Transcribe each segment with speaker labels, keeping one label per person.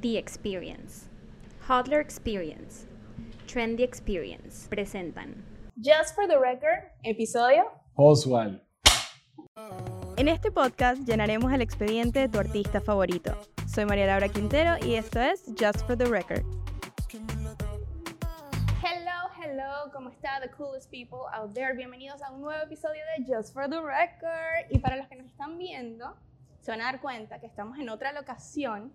Speaker 1: The Experience, Hodler Experience, Trendy Experience presentan.
Speaker 2: Just for the record, episodio.
Speaker 3: Oswald.
Speaker 4: En este podcast llenaremos el expediente de tu artista favorito. Soy María Laura Quintero y esto es Just for the Record.
Speaker 2: Hello, hello, ¿cómo está? The coolest people out there. Bienvenidos a un nuevo episodio de Just for the Record. Y para los que nos están viendo, se van a dar cuenta que estamos en otra locación.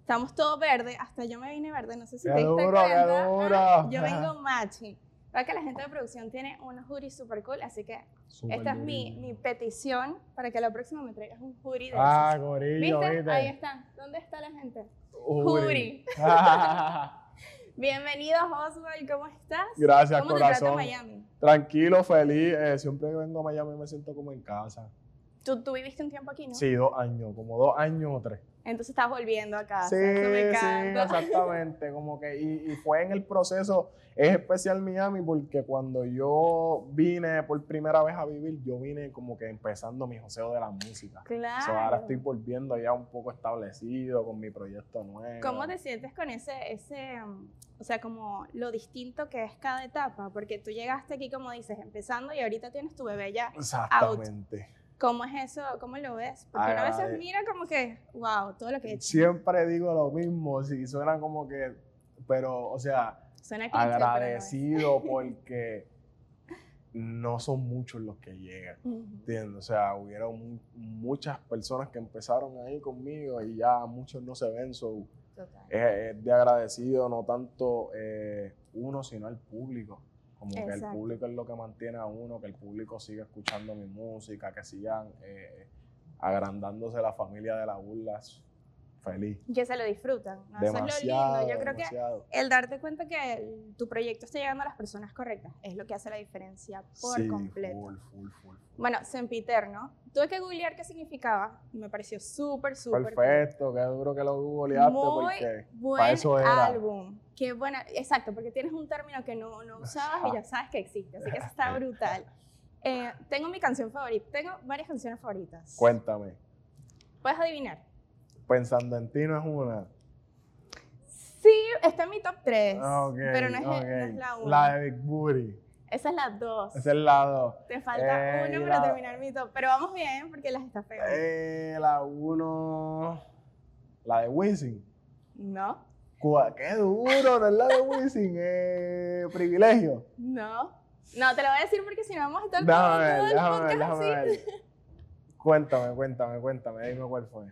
Speaker 2: Estamos todo verde, hasta yo me vine verde, no sé si
Speaker 3: Qué
Speaker 2: te diste
Speaker 3: duro,
Speaker 2: cuenta.
Speaker 3: qué duro.
Speaker 2: Ah, yo vengo matching. Veo que la gente de producción tiene unos hoodies super cool, así que esta es mi, mi petición para que la próxima me traigas un hoodie de
Speaker 3: Ah,
Speaker 2: esos.
Speaker 3: gorillo,
Speaker 2: ¿Viste?
Speaker 3: ¿viste?
Speaker 2: Ahí están. ¿Dónde está la gente? Juri.
Speaker 3: Juri.
Speaker 2: Bienvenidos, Oswald, ¿cómo estás?
Speaker 3: Gracias,
Speaker 2: ¿Cómo te trata
Speaker 3: corazón.
Speaker 2: Miami?
Speaker 3: Tranquilo, feliz. eh, siempre que vengo a Miami me siento como en casa.
Speaker 2: Tú, tú viviste un tiempo aquí, ¿no?
Speaker 3: Sí, dos años, como dos años o tres.
Speaker 2: Entonces estás volviendo a casa.
Speaker 3: sí,
Speaker 2: Eso me
Speaker 3: sí,
Speaker 2: encanta.
Speaker 3: exactamente. Como que, y, y fue en el proceso, es especial Miami porque cuando yo vine por primera vez a vivir, yo vine como que empezando mi joseo de la música.
Speaker 2: Claro.
Speaker 3: So, ahora estoy volviendo ya un poco establecido con mi proyecto nuevo.
Speaker 2: ¿Cómo te sientes con ese, ese, um, o sea, como lo distinto que es cada etapa? Porque tú llegaste aquí, como dices, empezando y ahorita tienes tu bebé ya.
Speaker 3: Exactamente.
Speaker 2: ¿Cómo es eso? ¿Cómo lo ves? Porque uno a veces
Speaker 3: Agrade-
Speaker 2: mira como que, wow, todo lo que he hecho.
Speaker 3: Siempre digo lo mismo, si suena como que, pero, o sea,
Speaker 2: Suena cliché, pero no es.
Speaker 3: agradecido porque no son muchos los que llegan.
Speaker 2: Ujú.
Speaker 3: ¿Entiendes? O sea, hubieron mu- muchas personas que empezaron ahí conmigo y ya muchos no se ven. So,
Speaker 2: Total.
Speaker 3: es, es de agradecido no tanto eh, uno, sino el público. Como que el
Speaker 2: Exacto.
Speaker 3: público es lo que mantiene a uno, que el público siga escuchando mi música, que sigan eh, agrandándose la familia de la burla. Es Feliz.
Speaker 2: Que se lo disfrutan. ¿no? Eso es lo
Speaker 3: demasiado,
Speaker 2: lindo. Yo creo que
Speaker 3: demasiado.
Speaker 2: el darte cuenta que el- tu proyecto está llegando a las personas correctas es lo que hace la diferencia por
Speaker 3: Sí,
Speaker 2: completo.
Speaker 3: full, full, full, full.
Speaker 2: Bueno, sempiterno. Tuve que googlear qué significaba y me pareció súper, súper. cool.
Speaker 3: Perfecto, qué duro que lo googleaste
Speaker 2: Muy
Speaker 3: porque
Speaker 2: buen
Speaker 3: pa' eso era.
Speaker 2: álbum. Qué buena, exacto, porque tienes un término que no, no usabas y ya sabes que existe, así que eso está brutal. Eh, tengo mi canción favorita, tengo varias canciones favoritas.
Speaker 3: cuéntame,
Speaker 2: ¿Puedes adivinar?
Speaker 3: pensando en ti no es una.
Speaker 2: Sí, está en mi top 3,
Speaker 3: Ah, Ok,
Speaker 2: pero no es, e, no
Speaker 3: ok.
Speaker 2: es la 1.
Speaker 3: La de Big Booty.
Speaker 2: Esa es la 2.
Speaker 3: Ese es la dos.
Speaker 2: Te falta
Speaker 3: Eh,
Speaker 2: una
Speaker 3: y
Speaker 2: para
Speaker 3: la-
Speaker 2: terminar mi top, pero vamos bien porque las estás pegando.
Speaker 3: Eh, la 1. La de Wisin.
Speaker 2: No,
Speaker 3: Cua- ¡Qué duro! No es la de Wisin. Eh, privilegio.
Speaker 2: no. No, te lo voy a decir porque si no vamos a estar todo,
Speaker 3: Déjame
Speaker 2: todo
Speaker 3: ver,
Speaker 2: el
Speaker 3: déjame ver,
Speaker 2: podcast
Speaker 3: déjame
Speaker 2: así.
Speaker 3: ver. Cuéntame, cuéntame, cuéntame. Dime cuál fue.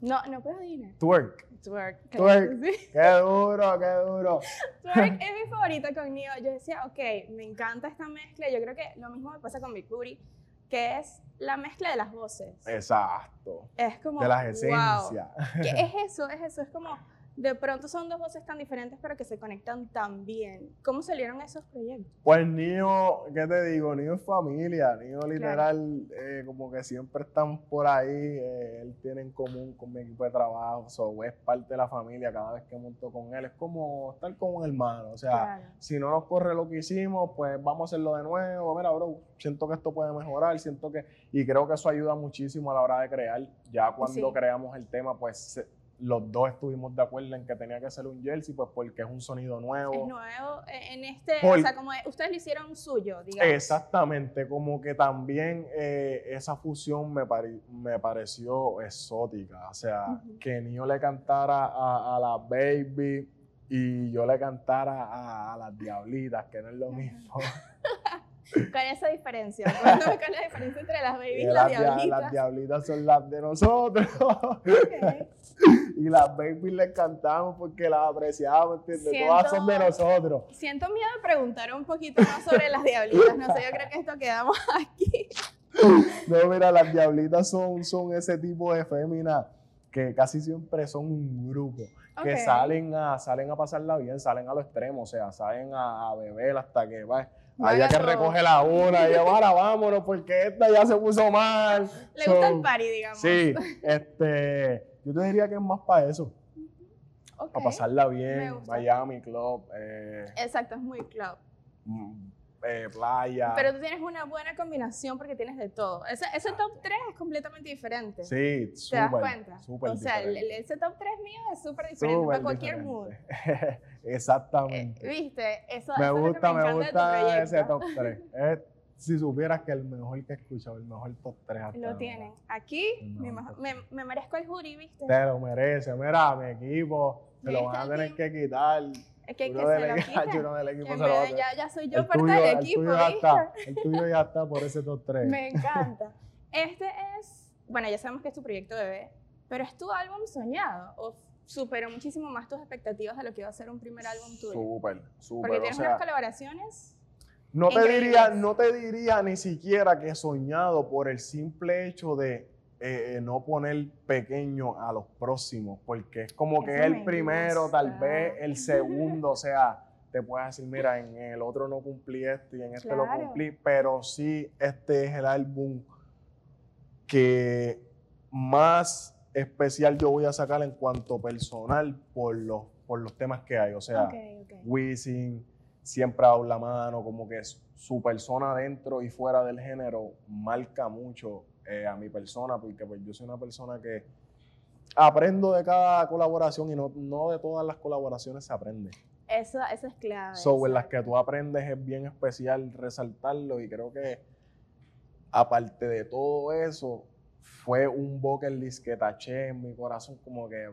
Speaker 2: No, no puedes adivinar.
Speaker 3: Twerk.
Speaker 2: Twerk.
Speaker 3: Twerk.
Speaker 2: claro que sí.
Speaker 3: ¡Qué duro, qué duro!
Speaker 2: Twerk es mi favorita con Neo. Yo decía, ok, me encanta esta mezcla. Yo creo que lo mismo me pasa con Big Booty, que es la mezcla de las voces.
Speaker 3: Exacto.
Speaker 2: Es como.
Speaker 3: De las
Speaker 2: wow.
Speaker 3: esencias.
Speaker 2: ¿Qué es eso? Es eso. Es como. De pronto son dos voces tan diferentes, pero que se conectan tan bien. ¿Cómo salieron esos proyectos?
Speaker 3: Pues Nio, ¿qué te digo? Nio es familia, Nio literal, eh, como que siempre están por ahí, eh, él tiene en común con mi equipo de trabajo, so, es parte de la familia cada vez que monto con él, es como estar con un hermano, o sea,
Speaker 2: Claro.
Speaker 3: si no nos corre lo que hicimos, pues vamos a hacerlo de nuevo, mira, bro, siento que esto puede mejorar, siento que, y creo que eso ayuda muchísimo a la hora de crear, ya cuando
Speaker 2: Sí.
Speaker 3: creamos el tema, pues... se- los dos estuvimos de acuerdo en que tenía que ser un jersey, pues porque es un sonido
Speaker 2: Es nuevo eh, en este.
Speaker 3: Por-
Speaker 2: O sea, como ustedes lo hicieron suyo, digamos.
Speaker 3: Exactamente, como que también eh, esa fusión me, pare- me pareció exótica, o sea,
Speaker 2: Ujú.
Speaker 3: que Nio le cantara a, a la Baby y yo le cantara a, a las Diablitas, que no es lo
Speaker 2: Ajá.
Speaker 3: mismo.
Speaker 2: ¿Cuál es esa diferencia? Cuéntame cuál es la diferencia entre las babies y
Speaker 3: Que
Speaker 2: las
Speaker 3: Eh, las, dia- las
Speaker 2: diablitas.
Speaker 3: Diablitas son las de nosotros
Speaker 2: Ok.
Speaker 3: y las Baby les cantamos porque las apreciamos, ¿entiendes? Todas son de
Speaker 2: Siento-
Speaker 3: nosotros.
Speaker 2: Siento miedo de preguntar un poquito más sobre las diablitas. No sé, yo creo que esto quedamos aquí.
Speaker 3: No, mira, las diablitas son, son ese tipo de féminas que casi siempre son un grupo,
Speaker 2: Ok.
Speaker 3: que salen a, salen a pasarla bien, salen a lo extremo, o sea, salen a, a beber hasta que va.
Speaker 2: Vaga
Speaker 3: Allá que
Speaker 2: todo.
Speaker 3: recoge la una, y yo, ahora vámonos, porque esta ya se puso mal.
Speaker 2: Le gusta
Speaker 3: So,
Speaker 2: el party, digamos.
Speaker 3: Sí, este, yo te diría que es más para eso,
Speaker 2: Ok.
Speaker 3: para pasarla
Speaker 2: Me
Speaker 3: bien,
Speaker 2: gusta.
Speaker 3: Miami Club, eh,
Speaker 2: Exacto, es muy club.
Speaker 3: mm, eh, playa.
Speaker 2: Pero tú tienes una buena combinación porque tienes de todo. Ese, ese top 3 es completamente diferente.
Speaker 3: sí,
Speaker 2: ¿Te das cuenta?
Speaker 3: súper, súper
Speaker 2: o sea, el-
Speaker 3: diferente.
Speaker 2: el- ese top 3 mío es súper diferente
Speaker 3: Súper
Speaker 2: para cualquier mood.
Speaker 3: diferente.
Speaker 2: Eh,
Speaker 3: Exactamente.
Speaker 2: ¿Viste? Eso,
Speaker 3: me
Speaker 2: eso
Speaker 3: gusta,
Speaker 2: es lo que me,
Speaker 3: me,
Speaker 2: encanta de tu
Speaker 3: gusta ese
Speaker 2: proyecto.
Speaker 3: top 3. si supieras que el mejor que he escuchado, el mejor top 3 hasta
Speaker 2: Lo
Speaker 3: ahora.
Speaker 2: tienen. Aquí
Speaker 3: No,
Speaker 2: me, ma-
Speaker 3: no.
Speaker 2: me, me merezco el jury, ¿viste?
Speaker 3: Te lo merece. Mira, mi equipo, te lo
Speaker 2: Ahí
Speaker 3: van a
Speaker 2: está el
Speaker 3: tener que quitar.
Speaker 2: Es que, que
Speaker 3: Uno
Speaker 2: se
Speaker 3: del
Speaker 2: lo
Speaker 3: equipo-
Speaker 2: quiten.
Speaker 3: uno del equipo
Speaker 2: En
Speaker 3: se lo va a
Speaker 2: vez de
Speaker 3: tener.
Speaker 2: ya, ya soy yo
Speaker 3: El
Speaker 2: parte
Speaker 3: tuyo,
Speaker 2: del
Speaker 3: el
Speaker 2: equipo,
Speaker 3: tuyo ya
Speaker 2: ¿viste?
Speaker 3: está. El tuyo ya está por ese top 3.
Speaker 2: Me encanta. Este es, bueno, ya sabemos que es tu proyecto bebé, pero es tu álbum soñado o superó muchísimo más tus expectativas de lo que iba a ser un primer álbum tuyo.
Speaker 3: Súper,
Speaker 2: Porque
Speaker 3: súper. O
Speaker 2: tienes
Speaker 3: sea,
Speaker 2: unas colaboraciones.
Speaker 3: no te
Speaker 2: increíbles.
Speaker 3: diría, no te diría ni siquiera que he soñado por el simple hecho de eh, eh, no poner pequeño a los próximos, porque es como que
Speaker 2: Eso
Speaker 3: el
Speaker 2: me
Speaker 3: primero, tal vez
Speaker 2: gusta.
Speaker 3: el segundo, o sea, te puedes decir, mira, en el otro no cumplí esto y en este
Speaker 2: Claro.
Speaker 3: lo cumplí, pero sí, este es el álbum que más especial yo voy a sacar en cuanto personal por los, por los temas que hay, o sea,
Speaker 2: ok, ok.
Speaker 3: Wisin siempre habla mano, como que su- su persona dentro y fuera del género marca mucho eh, a mi persona, porque pues, yo soy una persona que aprendo de cada colaboración y no, no de todas las colaboraciones se aprende.
Speaker 2: Eso, eso es clave.
Speaker 3: So, en las
Speaker 2: Ah, exacto.
Speaker 3: que tú aprendes es bien especial resaltarlo y creo que aparte de todo eso, fue un bucket list que taché en mi corazón, como que eh,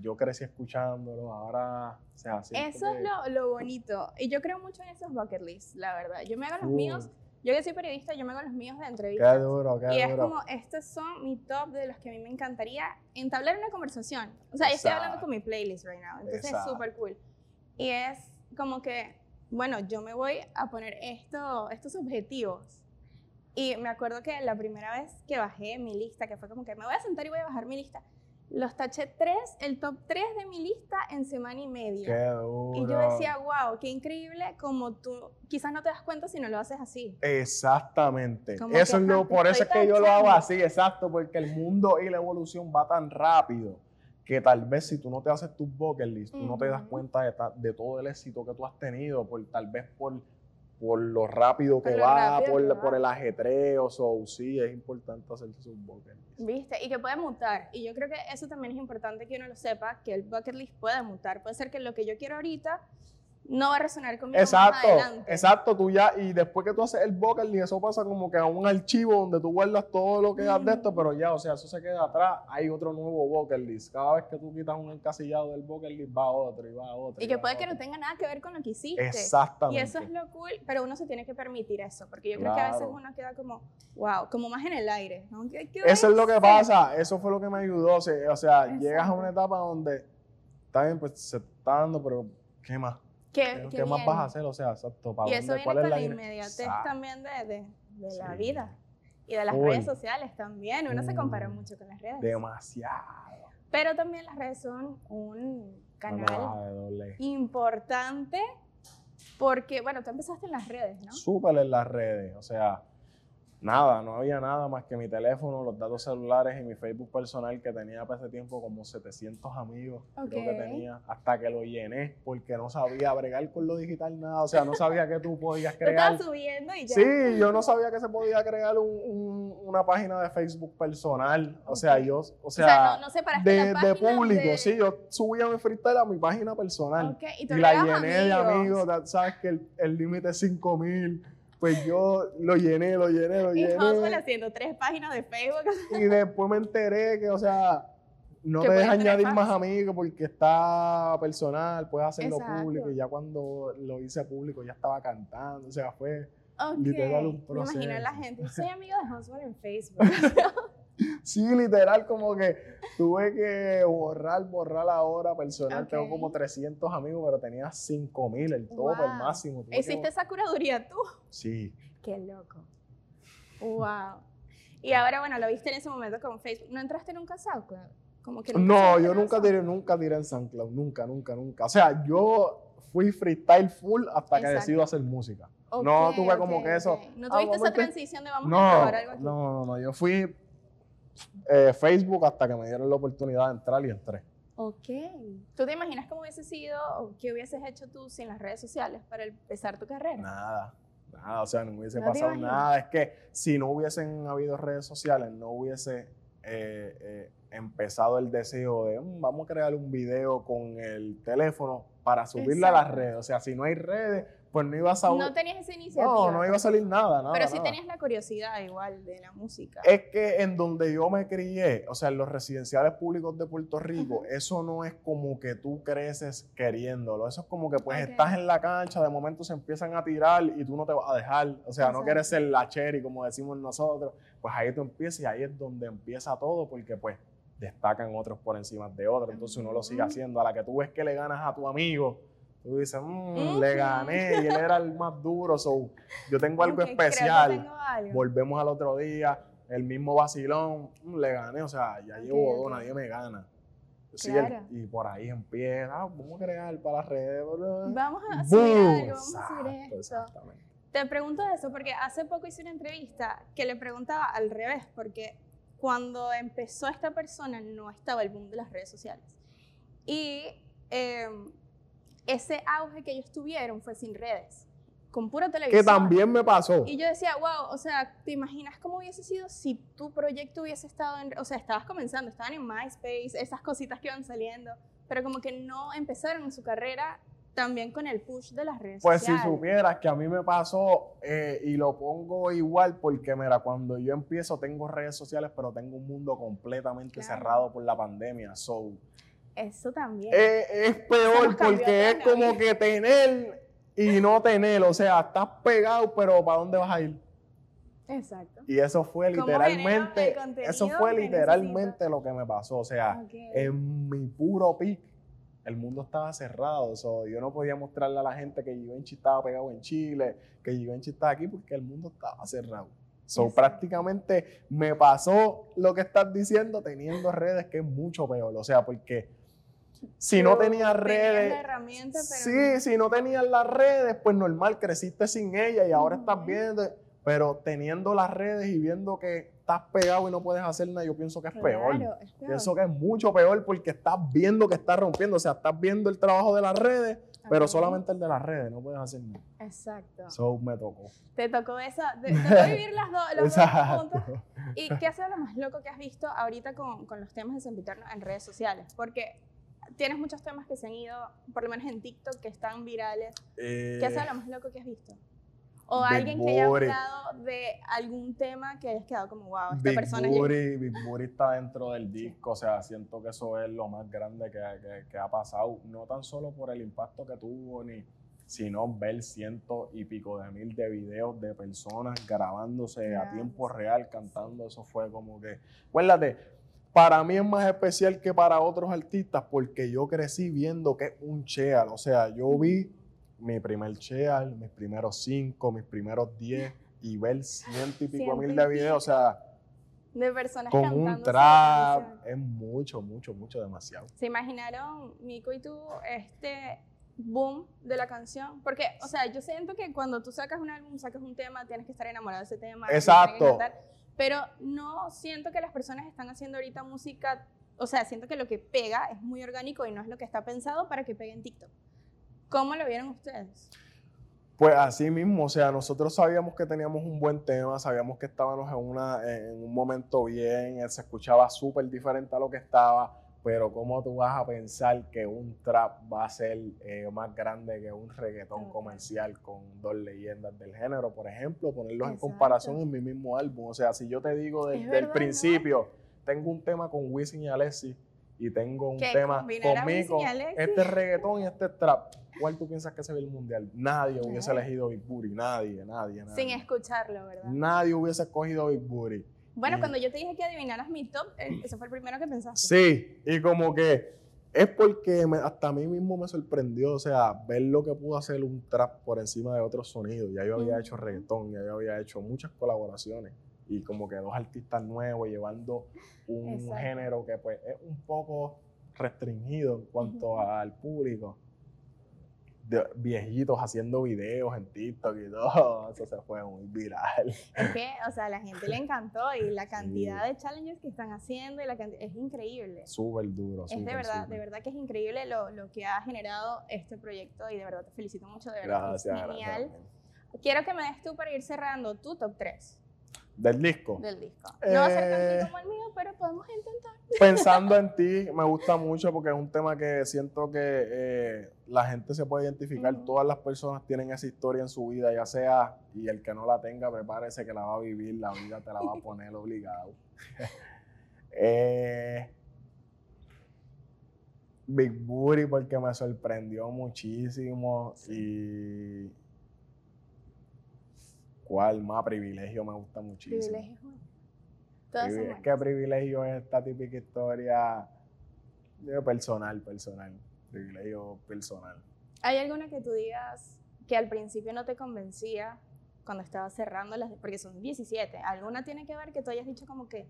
Speaker 3: yo crecí escuchándolo, ahora se hace.
Speaker 2: Eso es lo, lo bonito. Y yo creo mucho en esos bucket lists, la verdad. Yo me hago los
Speaker 3: Full.
Speaker 2: míos. Yo que soy periodista, yo me hago los míos de
Speaker 3: Qué
Speaker 2: entrevistas.
Speaker 3: duro, qué
Speaker 2: Y es
Speaker 3: duro.
Speaker 2: como, estos son mi top de los que a mí me encantaría entablar una conversación. O sea, yo estoy hablando
Speaker 3: Exacto.
Speaker 2: con mi playlist right now, entonces
Speaker 3: Exacto.
Speaker 2: es súper cool. Y es como que, bueno, yo me voy a poner esto, estos objetivos. Y me acuerdo que la primera vez que bajé mi lista, que fue como que me voy a sentar y voy a bajar mi lista, los taché tres, el top tres de mi lista en semana y media.
Speaker 3: Qué duro.
Speaker 2: Y yo decía, wow, qué increíble, como tú quizás no te das cuenta si no lo haces así.
Speaker 3: Exactamente.
Speaker 2: Como que,
Speaker 3: Eso es
Speaker 2: ajá,
Speaker 3: lo,
Speaker 2: te
Speaker 3: por eso
Speaker 2: estoy
Speaker 3: es que yo lo
Speaker 2: tachando.
Speaker 3: hago así, exacto, porque el mundo y la evolución va tan rápido que tal vez si tú no te haces tus bucket list, tú no te das
Speaker 2: Ujú.
Speaker 3: cuenta de, ta- de todo el éxito que tú has tenido, por, tal vez por, por lo rápido que
Speaker 2: Por lo
Speaker 3: va,
Speaker 2: rápido
Speaker 3: por,
Speaker 2: que
Speaker 3: la-
Speaker 2: va.
Speaker 3: por el ajetreo, so, sí, es importante hacerse sus bucket list.
Speaker 2: ¿Viste? Y que puede mutar. Y yo creo que eso también es importante que uno lo sepa, que el bucket list puede mutar. Puede ser que lo que yo quiero ahorita no va a resonar conmigo más
Speaker 3: Exacto,
Speaker 2: adelante.
Speaker 3: exacto, tú ya, y después que tú haces el bucket list, eso pasa como que a un archivo donde tú guardas todo lo que das de esto,
Speaker 2: Mm.
Speaker 3: pero ya, o sea, eso se queda atrás, hay otro nuevo bucket list. Cada vez que tú quitas un encasillado del bucket list, va otro y va otro.
Speaker 2: Y que
Speaker 3: va
Speaker 2: puede que no
Speaker 3: otro.
Speaker 2: tenga nada que ver con lo que hiciste. Y
Speaker 3: Exactamente.
Speaker 2: eso es lo cool, pero uno se tiene que permitir eso, porque yo creo que a
Speaker 3: Claro.
Speaker 2: veces uno queda como, wow, como más en el aire. ¿no? ¿Qué- qué
Speaker 3: Eso es lo que
Speaker 2: hice?
Speaker 3: pasa, eso fue lo que me ayudó, o sea, o sea,
Speaker 2: Exacto.
Speaker 3: llegas a una etapa donde, está bien, pues se está dando, pero ¿qué más?
Speaker 2: ¿Qué,
Speaker 3: ¿Qué,
Speaker 2: qué
Speaker 3: más vas
Speaker 2: viene?
Speaker 3: a hacer? O sea, exacto, ¿para
Speaker 2: Y eso
Speaker 3: dónde?
Speaker 2: viene
Speaker 3: ¿Cuál
Speaker 2: con
Speaker 3: es
Speaker 2: la
Speaker 3: dire-
Speaker 2: inmediatez
Speaker 3: Exacto.
Speaker 2: también de, de- de la
Speaker 3: Sí.
Speaker 2: vida y de las
Speaker 3: Full.
Speaker 2: redes sociales también. Uno se compara
Speaker 3: Mm.
Speaker 2: mucho con las redes.
Speaker 3: Demasiado.
Speaker 2: Pero también las redes son un
Speaker 3: No me
Speaker 2: canal
Speaker 3: baja de doble.
Speaker 2: importante porque, bueno, tú empezaste en las redes, ¿no?
Speaker 3: súper en las redes. O sea, nada, no había nada más que mi teléfono, los datos celulares y mi Facebook personal que tenía para ese tiempo como 700 amigos, creo
Speaker 2: Ok.
Speaker 3: que tenía, hasta que lo llené porque no sabía bregar con lo digital nada. O sea, no sabía que tú podías
Speaker 2: Lo
Speaker 3: crear.
Speaker 2: estabas subiendo y ya.
Speaker 3: Sí, yo no sabía que se podía crear un- un- una página de Facebook personal. O sea,
Speaker 2: Ok.
Speaker 3: yo, o sea,
Speaker 2: o sea, no, no separaste
Speaker 3: de,
Speaker 2: la
Speaker 3: de
Speaker 2: página
Speaker 3: público,
Speaker 2: de-
Speaker 3: sí, yo subía mi freestyle a mi página personal.
Speaker 2: Ok, y, tú
Speaker 3: Y la llené
Speaker 2: agregabas
Speaker 3: de
Speaker 2: amigos.
Speaker 3: amigos, da- sabes que el- el límite es 5000. Pues yo lo llené, lo llené, lo
Speaker 2: Y Hotwell
Speaker 3: llené.
Speaker 2: haciendo tres páginas de Facebook.
Speaker 3: Y después me enteré que, o sea, no
Speaker 2: Que
Speaker 3: te
Speaker 2: puedes
Speaker 3: deja
Speaker 2: tener
Speaker 3: añadir
Speaker 2: fans.
Speaker 3: más amigos porque está personal, puedes hacerlo
Speaker 2: Exacto.
Speaker 3: público. Y ya cuando lo hice público ya estaba cantando, o sea, fue.
Speaker 2: Ok.
Speaker 3: Literal, un
Speaker 2: Me imagino a la
Speaker 3: proceso.
Speaker 2: gente. Soy amigo de Hotwell en Facebook.
Speaker 3: Sí, literal, como que tuve que borrar, borrar ahora personal.
Speaker 2: Ok.
Speaker 3: Tengo como 300 amigos, pero tenía 5000, el tope,
Speaker 2: Wow.
Speaker 3: el máximo. Tuve que
Speaker 2: Hiciste esa curaduría tú.
Speaker 3: bor- Sí,
Speaker 2: Qué loco. Wow. Y ahora, bueno, lo viste en ese momento con Facebook. ¿No entraste nunca a SoundCloud? Como que
Speaker 3: No,
Speaker 2: subiste
Speaker 3: yo
Speaker 2: nada a
Speaker 3: nunca
Speaker 2: SoundCloud.
Speaker 3: tiré, nunca tiré en SoundCloud, nunca, nunca, nunca. O sea, yo fui freestyle full hasta que
Speaker 2: Exacto.
Speaker 3: decido hacer música. No,
Speaker 2: Ok,
Speaker 3: tuve como
Speaker 2: ok,
Speaker 3: que eso,
Speaker 2: ok. No
Speaker 3: ah,
Speaker 2: tuviste esa
Speaker 3: momento-
Speaker 2: transición de vamos a
Speaker 3: No,
Speaker 2: probar algo aquí.
Speaker 3: no, no, no, yo fui eh, Facebook hasta que me dieron la oportunidad de entrar y entré.
Speaker 2: Ok. ¿Tú te imaginas cómo hubiese sido o qué hubieses hecho tú sin las redes sociales para empezar tu carrera?
Speaker 3: Nada, nada, o sea, no hubiese
Speaker 2: No te
Speaker 3: pasado
Speaker 2: imaginas.
Speaker 3: nada. Es que si no hubiesen habido redes sociales, no hubiese eh, eh, empezado el deseo de "Mm, vamos a crear un video con el teléfono para subirlo a las
Speaker 2: Exacto.
Speaker 3: redes. O sea, si no hay redes, pues no iba a salir.
Speaker 2: No tenías esa iniciativa.
Speaker 3: No, no iba a salir nada, nada.
Speaker 2: Pero sí
Speaker 3: nada.
Speaker 2: tenías la curiosidad igual de la música.
Speaker 3: Es que en donde yo me crié, o sea, en los residenciales públicos de Puerto Rico,
Speaker 2: Ajá.
Speaker 3: eso no es como que tú creces queriéndolo. Eso es como que pues
Speaker 2: Ok.
Speaker 3: estás en la cancha, de momento se empiezan a tirar y tú no te vas a dejar. O sea, no
Speaker 2: Exacto.
Speaker 3: quieres ser la cherry, como decimos nosotros. Pues ahí tú empiezas y ahí es donde empieza todo, porque pues destacan otros por encima de otros. Entonces uno lo sigue
Speaker 2: Ujú.
Speaker 3: haciendo. A la que tú ves que le ganas a tu amigo, tú dices, "Mm,
Speaker 2: Ujú.
Speaker 3: le gané y él era el más duro. So, yo tengo algo
Speaker 2: Ok, creo que
Speaker 3: especial
Speaker 2: tengo algo.
Speaker 3: volvemos al otro día, el mismo vacilón, mm, le gané, o sea, ya
Speaker 2: Ok,
Speaker 3: llevo dos,
Speaker 2: ok.
Speaker 3: nadie me gana. Sí, el-
Speaker 2: Claro.
Speaker 3: y por ahí empieza, ah, vamos a crear para las redes. bla, bla, bla.
Speaker 2: Vamos a hacer
Speaker 3: ¡Boom!
Speaker 2: algo, vamos a hacer
Speaker 3: Exacto,
Speaker 2: esto.
Speaker 3: Exactamente.
Speaker 2: Te pregunto eso porque hace poco hice una entrevista que le preguntaba al revés, porque cuando empezó esta persona no estaba el boom de las redes sociales. Y eh, ese auge que ellos tuvieron fue sin redes, con pura televisión.
Speaker 3: Que también me pasó.
Speaker 2: Y yo decía, wow, o sea, ¿te imaginas cómo hubiese sido si tu proyecto hubiese estado en, o sea, estabas comenzando, estaban en MySpace, esas cositas que iban saliendo, pero como que no empezaron en su carrera también con el push de las redes
Speaker 3: Pues si
Speaker 2: sociales.
Speaker 3: supieras que a mí me pasó eh, y lo pongo igual porque mira, cuando yo empiezo tengo redes sociales, pero tengo un mundo completamente
Speaker 2: Claro.
Speaker 3: cerrado por la pandemia. So,
Speaker 2: Eso también.
Speaker 3: Eh, es peor
Speaker 2: Nos cambió
Speaker 3: porque es
Speaker 2: toda la
Speaker 3: como
Speaker 2: vida.
Speaker 3: que tener y no tener, o sea, estás pegado, pero ¿para dónde vas a ir?
Speaker 2: Exacto.
Speaker 3: Y eso fue
Speaker 2: ¿Cómo
Speaker 3: literalmente,
Speaker 2: generas el
Speaker 3: eso
Speaker 2: contenido
Speaker 3: fue
Speaker 2: que
Speaker 3: literalmente lo que me pasó, o sea,
Speaker 2: Ok.
Speaker 3: en mi puro pic, el mundo estaba cerrado, so, yo no podía mostrarle a la gente que Givenchy estaba pegado en Chile, que Givenchy estaba aquí porque el mundo estaba cerrado. So,
Speaker 2: Exacto.
Speaker 3: prácticamente me pasó lo que estás diciendo teniendo redes, que es mucho peor, o sea, porque si no
Speaker 2: Tú
Speaker 3: tenía
Speaker 2: tenías
Speaker 3: redes,
Speaker 2: la herramienta, pero
Speaker 3: Sí, si no tenías las redes, pues normal, creciste sin ella y ahora estás
Speaker 2: Ujú.
Speaker 3: viendo, pero teniendo las redes y viendo que estás pegado y no puedes hacer nada, yo pienso que es peor.
Speaker 2: Claro, es peor.
Speaker 3: Pienso que es mucho peor porque estás viendo que estás rompiendo, o sea, estás viendo el trabajo de las redes, pero
Speaker 2: Ajá. Ah.
Speaker 3: solamente el de las redes, no puedes hacer nada.
Speaker 2: Exacto.
Speaker 3: Eso me tocó.
Speaker 2: Te tocó esa. Te, te tocó vivir las dos, los dos juntos.
Speaker 3: Exacto.
Speaker 2: ¿Y qué ha sido lo más loco que has visto ahorita con, con los temas de Sempiterno en redes sociales? Porque tienes muchos temas que se han ido, por lo menos en TikTok, que están virales. ¿Qué ha sido lo más loco que has visto? O
Speaker 3: Eh, Big
Speaker 2: alguien que haya
Speaker 3: Booty.
Speaker 2: hablado de algún tema que hayas quedado como, wow, esta
Speaker 3: Big
Speaker 2: persona llegó".
Speaker 3: Booty, Big Booty está dentro del disco, o sea, siento que eso es lo más grande que, que- que ha pasado, no tan solo por el impacto que tuvo, ni, sino ver cientos y pico de mil de videos de personas grabándose a
Speaker 2: Grabándose.
Speaker 3: tiempo real, cantando, eso fue como que, acuérdate, para mí es más especial que para otros artistas porque yo crecí viendo que es un cheal, o sea, yo vi mi primer cheal, mis primeros cinco, mis primeros diez y ver ciento y pico
Speaker 2: Ciento
Speaker 3: mil
Speaker 2: y
Speaker 3: de videos, o sea
Speaker 2: de personas
Speaker 3: con
Speaker 2: cantando.
Speaker 3: un trap. Es mucho, mucho, mucho, demasiado.
Speaker 2: ¿Se imaginaron, Mico y tú, este boom de la canción? Porque, o sea, yo siento que cuando tú sacas un álbum, sacas un tema, tienes que estar enamorado de ese tema. te tiene que
Speaker 3: Exacto.
Speaker 2: encantar, pero no siento que las personas están haciendo ahorita música, o sea, siento que lo que pega es muy orgánico y no es lo que está pensado para que pegue en TikTok. ¿Cómo lo vieron ustedes?
Speaker 3: Pues así mismo, o sea, nosotros sabíamos que teníamos un buen tema, sabíamos que estábamos en, una, en un momento bien, eh, se escuchaba súper diferente a lo que estaba, pero ¿cómo tú vas a pensar que un trap va a ser eh, más grande que un reggaetón
Speaker 2: Total.
Speaker 3: comercial con dos leyendas del género, por ejemplo, ponerlos en
Speaker 2: Exacto.
Speaker 3: comparación en mi mismo álbum? O sea, si yo te digo
Speaker 2: Es
Speaker 3: desde
Speaker 2: verdad,
Speaker 3: el
Speaker 2: ¿no?
Speaker 3: principio, tengo un tema con Wisin y Alexis y tengo un
Speaker 2: Que
Speaker 3: tema
Speaker 2: combinar a Wisin y
Speaker 3: conmigo,
Speaker 2: Alexis.
Speaker 3: este es reggaetón y este es trap. ¿Cuál tú piensas que se ve el mundial? Nadie hubiese
Speaker 2: Nadie.
Speaker 3: elegido Big Booty, nadie, nadie, nadie.
Speaker 2: Sin escucharlo, ¿verdad?
Speaker 3: Nadie hubiese escogido Big Booty.
Speaker 2: Bueno,
Speaker 3: Mm.
Speaker 2: cuando yo te dije que adivinaras mi top, eh, ese fue el primero que pensaste.
Speaker 3: Sí, y como que es porque me- hasta a mí mismo me sorprendió, o sea, ver lo que pudo hacer un trap por encima de otros sonidos. Ya yo había
Speaker 2: Ujú.
Speaker 3: hecho reggaetón, ya yo había hecho muchas colaboraciones y como que dos artistas nuevos llevando un
Speaker 2: Exacto.
Speaker 3: género que pues es un poco restringido en cuanto
Speaker 2: Ujú.
Speaker 3: al público. De- viejitos haciendo videos en TikTok y todo, eso se fue muy viral.
Speaker 2: Es que, o sea, a la gente le encantó y la cantidad de challenges que están haciendo y la canti- es increíble.
Speaker 3: Súper duro,
Speaker 2: Es de
Speaker 3: súper,
Speaker 2: verdad,
Speaker 3: súper.
Speaker 2: de verdad que es increíble lo, lo que ha generado este proyecto y de verdad te felicito mucho, de verdad que
Speaker 3: Gracias,
Speaker 2: es
Speaker 3: gracias.
Speaker 2: genial. Quiero que me des tú para ir cerrando tu top 3
Speaker 3: Del disco.
Speaker 2: del disco. No va a ser tan
Speaker 3: Eh.
Speaker 2: así como el mío, pero podemos intentar.
Speaker 3: Pensando en ti, me gusta mucho porque es un tema que siento que eh, la gente se puede identificar.
Speaker 2: Ujú.
Speaker 3: Todas las personas tienen esa historia en su vida, ya sea, y el que no la tenga, prepárese que la va a vivir, la vida te la va a poner obligado. Eh, Big Booty porque me sorprendió muchísimo y... ¿Cuál más? Privilegio me gusta muchísimo.
Speaker 2: Privilegio. Todas son
Speaker 3: Privi-
Speaker 2: buenas.
Speaker 3: ¿Qué privilegio es esta típica historia eh, personal, personal? Privilegio personal.
Speaker 2: ¿Hay alguna que tú digas que al principio no te convencía cuando estabas cerrando las, porque son 17? ¿Alguna tiene que ver que tú hayas dicho como que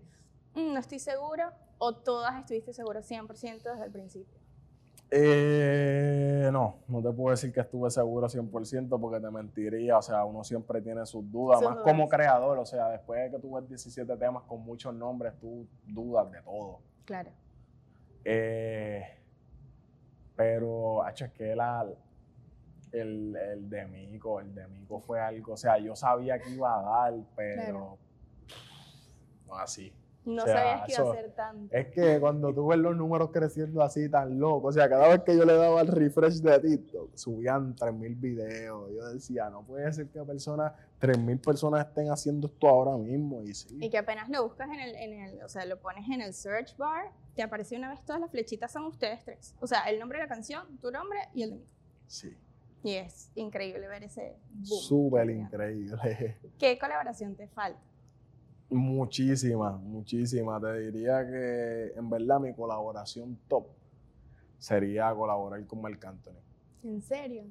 Speaker 2: "Mm, no estoy segura o todas estuviste segura 100% desde el principio?
Speaker 3: Eh, no, no te puedo decir que estuve seguro 100% porque te mentiría. O sea, uno siempre tiene sus dudas,
Speaker 2: Sus
Speaker 3: más como
Speaker 2: dudas.
Speaker 3: creador. O sea, después de que tú ves 17 temas con muchos nombres, tú dudas de todo.
Speaker 2: Claro.
Speaker 3: Eh, pero, hacho, es que la, el, el de Mico, el de Mico fue algo, o sea, yo sabía que iba a dar, pero
Speaker 2: Claro.
Speaker 3: no así.
Speaker 2: No
Speaker 3: O sea,
Speaker 2: sabías que iba
Speaker 3: eso-
Speaker 2: a ser tanto.
Speaker 3: Es que cuando tú ves los números creciendo así tan loco, o sea, cada vez que yo le daba el refresh de TikTok, subían 3.000 videos. Yo decía, no puede ser que personas, 3.000 personas estén haciendo esto ahora mismo. Y sí.
Speaker 2: Y que apenas lo buscas en el, en el, o sea, lo pones en el search bar, te aparece una vez todas las flechitas son ustedes tres. O sea, el nombre de la canción, tu nombre y el de mí.
Speaker 3: Sí.
Speaker 2: Y es increíble ver ese boom.
Speaker 3: Súper increíble.
Speaker 2: ¿Qué colaboración te falta?
Speaker 3: Muchísimas, muchísimas. Te diría que en verdad mi colaboración top sería colaborar con Marc Anthony.
Speaker 2: ¿En serio?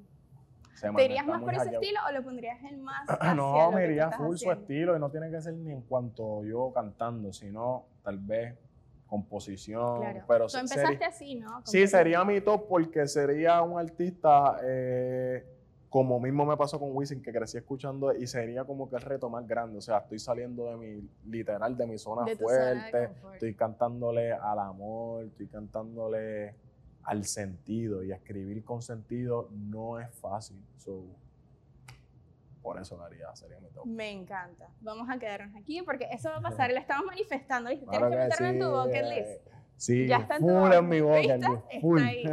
Speaker 3: Se me-
Speaker 2: ¿Te irías
Speaker 3: está
Speaker 2: más
Speaker 3: muy
Speaker 2: por ese
Speaker 3: hackeado. Ah,
Speaker 2: estilo o lo pondrías en más?
Speaker 3: No, me iría full su estilo y no tiene que ser ni en cuanto yo cantando, sino tal vez composición.
Speaker 2: Claro.
Speaker 3: Pero
Speaker 2: Tú
Speaker 3: se-
Speaker 2: empezaste
Speaker 3: sería-
Speaker 2: así, ¿no? Como
Speaker 3: Sí,
Speaker 2: que-
Speaker 3: sería mi top porque sería un artista eh, como mismo me pasó con Wisin, que crecí escuchando y sería como que el reto más grande. O sea, estoy saliendo de mi, literal, de mi zona
Speaker 2: de tu
Speaker 3: fuerte.
Speaker 2: zona de confort.
Speaker 3: estoy cantándole al amor, estoy cantándole al sentido y escribir con sentido no es fácil. So, por eso lo haría, sería mi top.
Speaker 2: Me encanta. Vamos a quedarnos aquí porque eso va a pasar. Lo estamos manifestando. ¿viste?
Speaker 3: Claro
Speaker 2: Tienes que meterlo en tu bucket
Speaker 3: eh,
Speaker 2: list.
Speaker 3: Sí,
Speaker 2: Ya está en tu
Speaker 3: full en mi
Speaker 2: bucket
Speaker 3: bucket
Speaker 2: list,
Speaker 3: list,
Speaker 2: está
Speaker 3: full.
Speaker 2: ahí.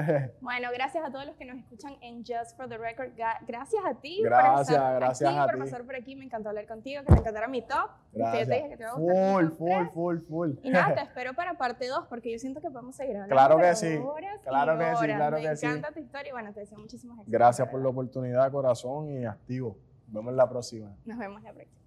Speaker 2: Bueno, gracias a todos los que nos escuchan en Just for the Record. Ga- Gracias a ti.
Speaker 3: Gracias,
Speaker 2: por estar
Speaker 3: gracias
Speaker 2: aquí,
Speaker 3: a
Speaker 2: por
Speaker 3: ti.
Speaker 2: pasar por aquí. Me encantó hablar contigo, que te encantara mi top. que yo te dije que te iba
Speaker 3: Gracias.
Speaker 2: a gustar mi
Speaker 3: Full,
Speaker 2: top
Speaker 3: full,
Speaker 2: tres.
Speaker 3: full, full.
Speaker 2: Y nada, te espero para parte 2 porque yo siento que podemos seguir hablando.
Speaker 3: Claro
Speaker 2: pero
Speaker 3: que sí,
Speaker 2: horas y
Speaker 3: claro que sí,
Speaker 2: horas.
Speaker 3: claro
Speaker 2: Me
Speaker 3: que sí.
Speaker 2: encanta tu historia y bueno, te deseo muchísimos éxitos.
Speaker 3: Gracias
Speaker 2: de
Speaker 3: por la
Speaker 2: verdad.
Speaker 3: oportunidad, corazón y activo. Nos vemos en la próxima.
Speaker 2: Nos vemos la próxima.